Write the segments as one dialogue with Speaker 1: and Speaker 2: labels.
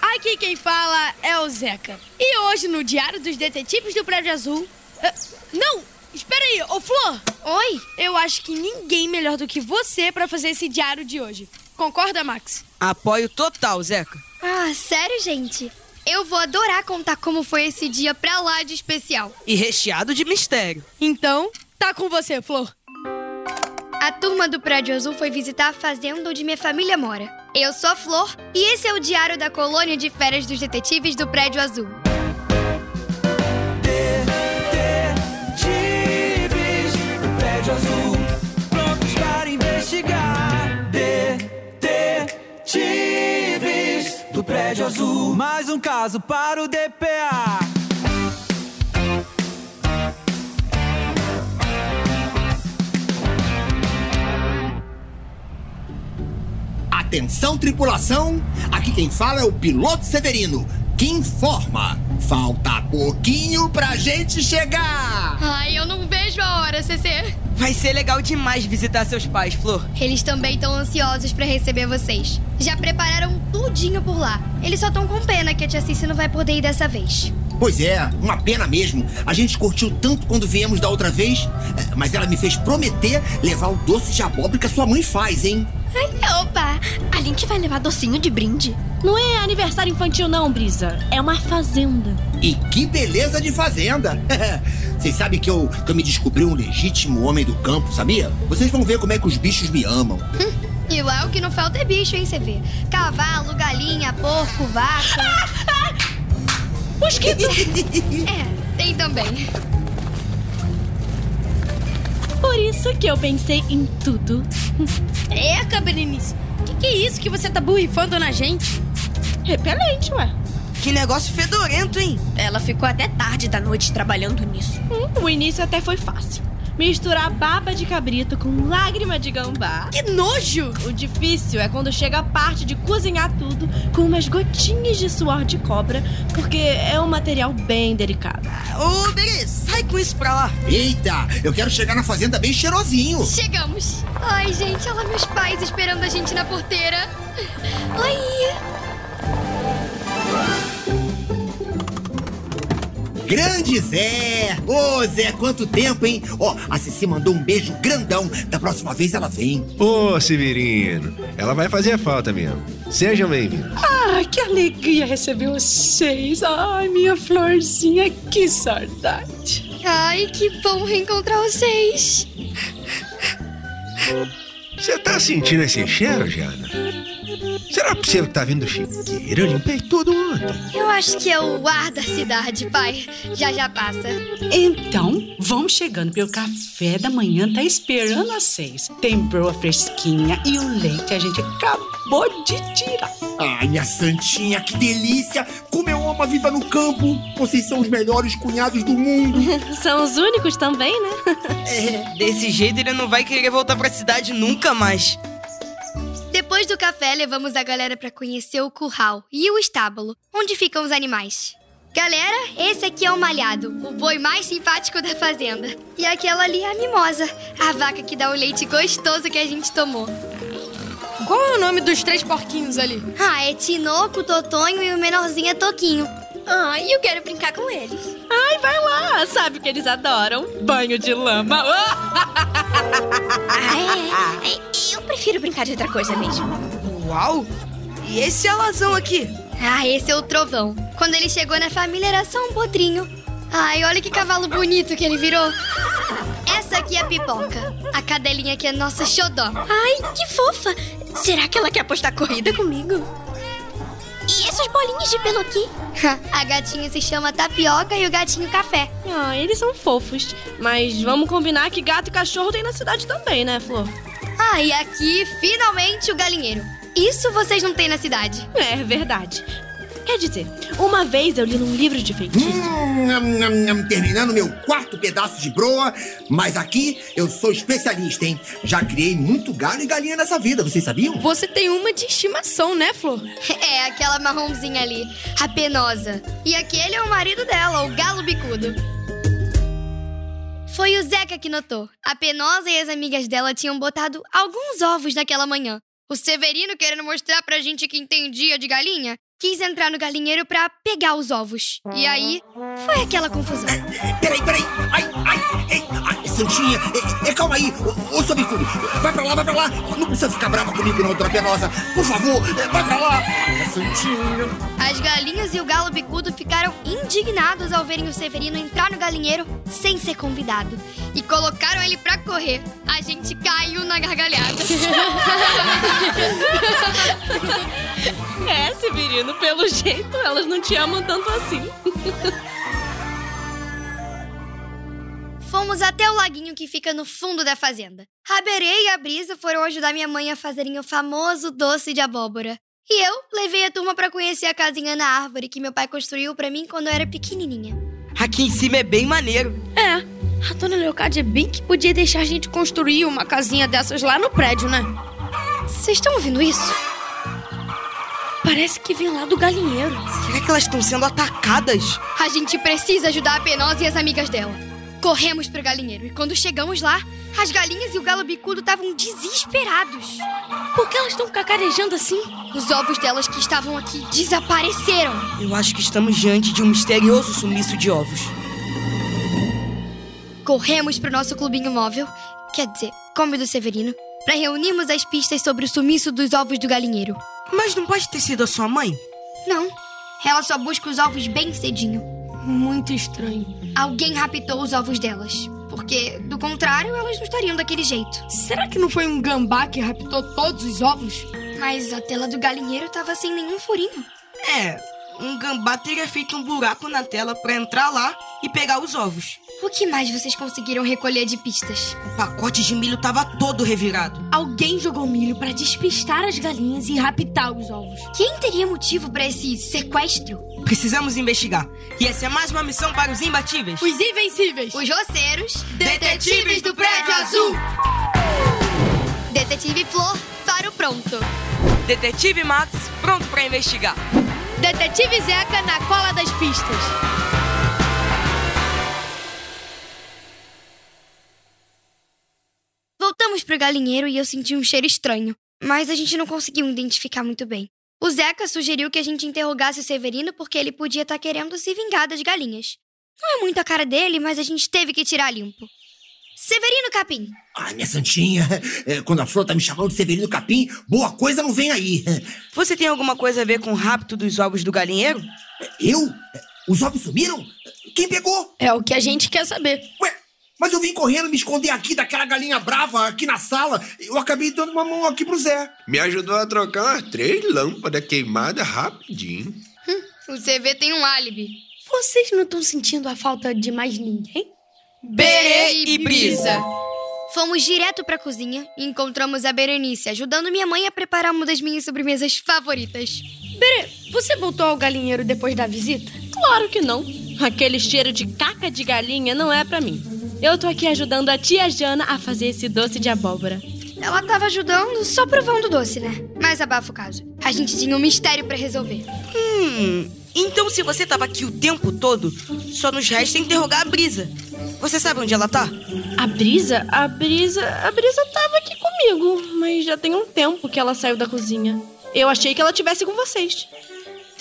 Speaker 1: Aqui quem fala é o Zeca. E hoje no Diário dos Detetives do Prédio Azul. Ah, Não! Espera aí, ô Flor! Oi! Eu acho que ninguém melhor do que você pra fazer esse diário de hoje. Concorda, Max?
Speaker 2: Apoio total, Zeca.
Speaker 3: Ah, sério, gente? Eu vou adorar contar como foi esse dia pra lá de especial.
Speaker 2: E recheado de mistério.
Speaker 1: Então, tá com você, Flor.
Speaker 3: A turma do Prédio Azul foi visitar a fazenda onde minha família mora. Eu sou a Flor e esse é o Diário da Colônia de Férias dos Detetives do Prédio Azul.
Speaker 4: Detetives do Prédio Azul, prontos para investigar. Detetives do Prédio Azul, mais um caso para o DPA.
Speaker 5: Atenção, tripulação! Aqui quem fala é o piloto Severino, que informa. Falta pouquinho pra gente chegar!
Speaker 3: Ai, eu não vejo a hora, CC.
Speaker 2: Vai ser legal demais visitar seus pais, Flor.
Speaker 3: Eles também estão ansiosos pra receber vocês. Já prepararam tudinho por lá. Eles só estão com pena que a tia Cici não vai poder ir dessa vez.
Speaker 5: Pois é, uma pena mesmo. A gente curtiu tanto quando viemos da outra vez, eh, mas ela me fez prometer levar o doce de abóbora que a sua mãe faz, hein?
Speaker 3: Opa!
Speaker 6: A Link vai levar docinho de brinde.
Speaker 7: Não é aniversário infantil, não, Brisa. É uma fazenda.
Speaker 5: E que beleza de fazenda! Vocês sabem que eu, que eu me descobri um legítimo homem do campo, sabia? Vocês vão ver como é que os bichos me amam.
Speaker 3: E lá o que não falta é bicho, hein, CC? Cavalo, galinha, porco, vaca.
Speaker 7: Mosquito!
Speaker 3: É, tem também.
Speaker 7: Por isso que eu pensei em tudo.
Speaker 1: Eca, Berenice! É, Que que é isso que você tá borrifando na gente?
Speaker 7: Repelente, ué.
Speaker 2: Que negócio fedorento, hein?
Speaker 6: Ela ficou até tarde da noite trabalhando nisso.
Speaker 7: Hum, o início até foi fácil. Misturar baba de cabrito com lágrima de gambá.
Speaker 1: Que nojo!
Speaker 7: O difícil é quando chega a parte de cozinhar tudo com umas gotinhas de suor de cobra, porque é um material bem delicado.
Speaker 2: Ô, beleza, sai com isso pra lá.
Speaker 5: Eita, eu quero chegar na fazenda bem cheirosinho.
Speaker 3: Chegamos! Ai, gente, olha lá meus pais esperando a gente na porteira. Oi!
Speaker 5: Grande Zé! Ô, Zé, quanto tempo, hein? Ó, a Cici mandou um beijo grandão. Da próxima vez ela vem.
Speaker 8: Ô, Severino, ela vai fazer falta mesmo. Sejam bem-vindos.
Speaker 9: Ai, que alegria receber vocês. Ai, minha florzinha, que saudade.
Speaker 3: Ai, que bom reencontrar vocês!
Speaker 8: Você tá sentindo esse cheiro, Jana? Será que você tá vindo chiqueiro? Eu limpei tudo ontem.
Speaker 3: Eu acho que é o ar da cidade, pai. Já já passa.
Speaker 9: Então, vão chegando, porque o café da manhã tá esperando vocês. Tem broa fresquinha e o leite a gente acabou de tirar.
Speaker 5: Ai, minha santinha, que delícia! Como eu amo a vida no campo! Vocês são os melhores cunhados do mundo!
Speaker 7: São os únicos também, né?
Speaker 2: Desse jeito ele não vai querer voltar pra cidade nunca mais.
Speaker 3: Depois do café, levamos a galera pra conhecer o curral e o estábulo, onde ficam os animais. Galera, esse aqui é o malhado, o boi mais simpático da fazenda. E aquela ali é a mimosa, a vaca que dá o leite gostoso que a gente tomou.
Speaker 1: Qual é o nome dos três porquinhos ali?
Speaker 3: Ah, é Tinoco, Totonho e o menorzinho é Toquinho. Ai, eu quero brincar com eles.
Speaker 7: Ai, vai lá! Sabe que eles adoram? Banho de lama. Ah!
Speaker 6: Ah, Ai, é, eu prefiro brincar de outra coisa mesmo.
Speaker 2: Uau! E esse alazão aqui?
Speaker 3: Ah, esse é o Trovão. Quando ele chegou na família era só um potrinho. Ai, olha que cavalo bonito que ele virou. Essa aqui é a Pipoca, a cadelinha que é nossa xodó.
Speaker 6: Ai, que fofa! Será que ela quer apostar corrida comigo? E essas bolinhas de pelo aqui?
Speaker 3: A gatinha se chama Tapioca e o gatinho Café.
Speaker 7: Ah, eles são fofos. Mas vamos combinar que gato e cachorro tem na cidade também, né, Flor?
Speaker 3: Ah, e aqui, finalmente, o galinheiro. Isso vocês não têm na cidade.
Speaker 7: É verdade. Quer dizer, uma vez eu li num livro de feitiço.
Speaker 5: Hum, nham, nham, nham, terminando meu quarto pedaço de broa, mas aqui eu sou especialista, hein? Já criei muito galo e galinha nessa vida, vocês sabiam?
Speaker 1: Você tem uma de estimação, né, Flor?
Speaker 3: É, aquela marronzinha ali, a penosa. E aquele é o marido dela, o galo bicudo. Foi o Zeca que notou. A penosa e as amigas dela tinham botado alguns ovos naquela manhã. O Severino querendo mostrar pra gente que entendia de galinha, quis entrar no galinheiro pra pegar os ovos. E aí, foi aquela confusão.
Speaker 5: Peraí, peraí. Ai, ai, ei, ai, Santinha. ei, ei, calma aí. Ô, ô Sobicudo, vai pra lá, vai pra lá. Não precisa ficar brava comigo, não, dona Penosa. Por favor, eh, vai pra lá. Ah, Santinha.
Speaker 3: As galinhas e o galo bicudo ficaram indignados ao verem o Severino entrar no galinheiro sem ser convidado. E colocaram ele pra correr. A gente caiu na gargalhada.
Speaker 7: É, Severino, pelo jeito, elas não te amam tanto assim.
Speaker 3: Fomos até o laguinho que fica no fundo da fazenda. Raberê e a Brisa foram ajudar minha mãe a fazerem o famoso doce de abóbora. E eu levei a turma pra conhecer a casinha na árvore que meu pai construiu pra mim quando eu era pequenininha.
Speaker 2: Aqui em cima é bem maneiro.
Speaker 1: É, a dona Leocádia bem que podia deixar a gente construir uma casinha dessas lá no prédio, né?
Speaker 3: Vocês estão ouvindo isso?
Speaker 1: Parece que vem lá do galinheiro.
Speaker 2: Será que elas estão sendo atacadas?
Speaker 3: A gente precisa ajudar a Penosa e as amigas dela. Corremos pro galinheiro e quando chegamos lá, as galinhas e o galo bicudo estavam desesperados.
Speaker 1: Por que elas estão cacarejando assim?
Speaker 3: Os ovos delas que estavam aqui desapareceram.
Speaker 2: Eu acho que estamos diante de um misterioso sumiço de ovos.
Speaker 3: Corremos pro nosso clubinho móvel, quer dizer, come do Severino, para reunirmos as pistas sobre o sumiço dos ovos do galinheiro.
Speaker 2: Mas não pode ter sido a sua mãe?
Speaker 3: Não, ela só busca os ovos bem cedinho.
Speaker 1: Muito estranho.
Speaker 3: Alguém raptou os ovos delas, porque, do contrário, elas não estariam daquele jeito.
Speaker 1: Será que não foi um gambá que raptou todos os ovos?
Speaker 3: Mas a tela do galinheiro tava sem nenhum furinho.
Speaker 2: É, um gambá teria feito um buraco na tela pra entrar lá e pegar os ovos.
Speaker 3: O que mais vocês conseguiram recolher de pistas?
Speaker 2: O pacote de milho tava todo revirado.
Speaker 1: Alguém jogou milho para despistar as galinhas e raptar os ovos.
Speaker 3: Quem teria motivo pra esse sequestro?
Speaker 2: Precisamos investigar. E essa é mais uma missão para os imbatíveis.
Speaker 1: Os invencíveis.
Speaker 3: Os roceiros,
Speaker 2: Detetives do Prédio Azul.
Speaker 3: Detetive Flor, faro pronto.
Speaker 2: Detetive Max, pronto pra investigar.
Speaker 1: Detetive Zeca na cola das pistas.
Speaker 3: Voltamos pro galinheiro e eu senti um cheiro estranho, mas a gente não conseguiu identificar muito bem. O Zeca sugeriu que a gente interrogasse o Severino porque ele podia estar querendo se vingar das galinhas. Não é muito a cara dele, mas a gente teve que tirar limpo. Severino Capim,
Speaker 5: Ai, minha Santinha. eh, Quando a Flor tá me chamando de Severino Capim, boa coisa não vem aí.
Speaker 2: Você tem alguma coisa a ver com o rapto dos ovos do galinheiro?
Speaker 5: Eu? Os ovos sumiram? Quem pegou?
Speaker 1: É o que a gente quer saber.
Speaker 5: Ué, mas eu vim correndo me esconder aqui daquela galinha brava aqui na sala. Eu acabei dando uma mão aqui pro Zé.
Speaker 8: Me ajudou a trocar umas três lâmpadas queimadas rapidinho.
Speaker 3: o CV tem um álibi.
Speaker 1: Vocês não estão sentindo a falta de mais ninguém?
Speaker 2: Berê e Brisa.
Speaker 3: Fomos direto pra cozinha e encontramos a Berenice ajudando minha mãe a preparar uma das minhas sobremesas favoritas.
Speaker 1: Berê, você voltou ao galinheiro depois da visita?
Speaker 7: Claro que não. Aquele cheiro de caca de galinha não é pra mim. Eu tô aqui ajudando a tia Jana a fazer esse doce de abóbora.
Speaker 3: Ela tava ajudando, só provando o doce, né? Mas abafa o caso. A gente tinha um mistério pra resolver.
Speaker 2: Hum, então se você tava aqui o tempo todo, só nos resta interrogar a Brisa. Você sabe onde ela tá?
Speaker 7: A Brisa? A Brisa. A Brisa tava aqui comigo, mas já tem um tempo que ela saiu da cozinha. Eu achei que ela tivesse com vocês.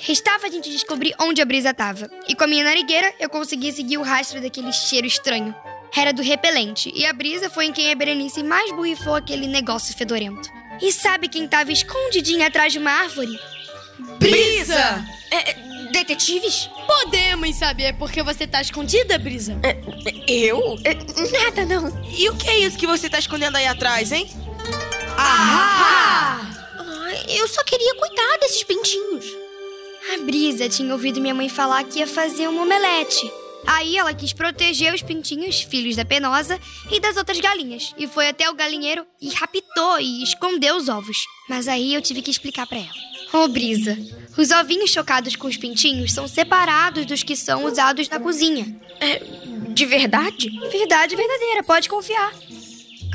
Speaker 3: Restava a gente descobrir onde a brisa tava. E com a minha narigueira, eu conseguia seguir o rastro daquele cheiro estranho. Era do repelente, e a brisa foi em quem a Berenice mais borrifou aquele negócio fedorento. E sabe quem tava escondidinha atrás de uma árvore?
Speaker 2: Brisa!
Speaker 3: Detetives?
Speaker 1: Podemos saber porque você tá escondida, Brisa.
Speaker 2: Eu? É,
Speaker 6: Nada, não.
Speaker 2: E o que é isso que você tá escondendo aí atrás, hein?
Speaker 6: Ai, eu só queria cuidar desses pintinhos.
Speaker 3: A brisa tinha ouvido minha mãe falar que ia fazer um omelete. Aí ela quis proteger os pintinhos, filhos da penosa, e das outras galinhas. E foi até o galinheiro e raptou e escondeu os ovos. Mas aí eu tive que explicar pra ela. Ô, Brisa, os ovinhos chocados com os pintinhos são separados dos que são usados na cozinha.
Speaker 6: É, De verdade?
Speaker 3: Verdade verdadeira, pode confiar.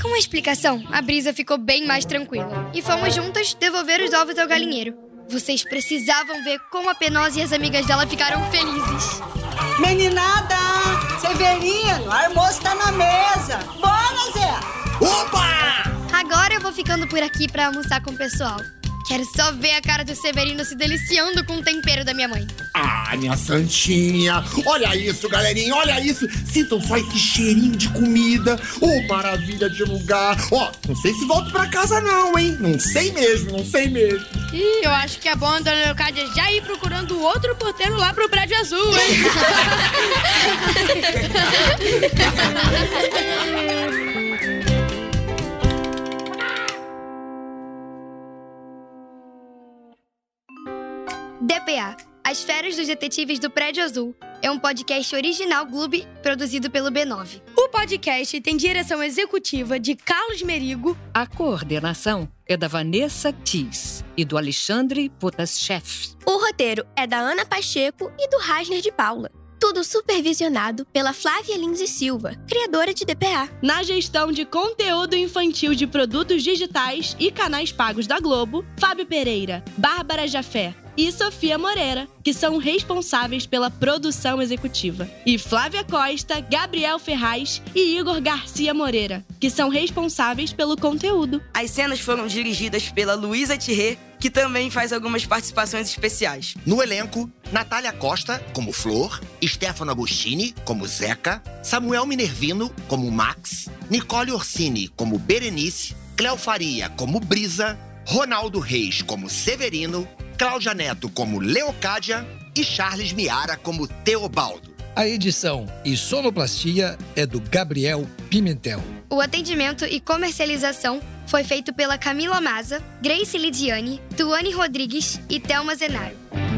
Speaker 3: Com a explicação, a Brisa ficou bem mais tranquila. E fomos juntas devolver os ovos ao galinheiro. Vocês precisavam ver como a Penosa e as amigas dela ficaram felizes.
Speaker 10: Meninada! Severino, o almoço tá na mesa! Bora, Zé!
Speaker 5: Opa!
Speaker 3: Agora eu vou ficando por aqui pra almoçar com o pessoal. Quero só ver a cara do Severino se deliciando com o tempero da minha mãe.
Speaker 5: Ah, minha santinha! Olha isso, galerinha, olha isso! Sintam só esse cheirinho de comida! Oh, maravilha de lugar! Ó, não sei se volto pra casa não, hein? Não sei mesmo, não sei mesmo.
Speaker 1: Ih, eu acho que é bom a dona Leocádia já ir procurando outro porteiro lá pro prédio azul, hein?
Speaker 3: DPA As Férias dos Detetives do Prédio Azul é um podcast original Globo produzido pelo B9.
Speaker 1: O podcast tem direção executiva de Carlos Merigo.
Speaker 11: A coordenação é da Vanessa Tis e do Alexandre Potaschef.
Speaker 6: O roteiro é da Ana Pacheco e do Rasner de Paula. Tudo supervisionado pela Flávia Lins e Silva, criadora de DPA.
Speaker 7: Na gestão de conteúdo infantil de produtos digitais e canais pagos da Globo, Fábio Pereira, Bárbara Jafé e Sofia Moreira, que são responsáveis pela produção executiva. E Flávia Costa, Gabriel Ferraz e Igor Garcia Moreira, que são responsáveis pelo conteúdo.
Speaker 2: As cenas foram dirigidas pela Luísa Tirré, que também faz algumas participações especiais.
Speaker 5: No elenco, Natália Costa, como Flor, Stefano Agostini, como Zeca, Samuel Minervino, como Max, Nicole Orsini, como Berenice, Cléo Faria, como Brisa, Ronaldo Reis, como Severino, Cláudia Neto como Leocádia e Charles Miara como Teobaldo.
Speaker 12: A edição e sonoplastia é do Gabriel Pimentel.
Speaker 3: O atendimento e comercialização foi feito pela Camila Maza, Grace Lidiane, Tuane Rodrigues e Thelma Zenaro.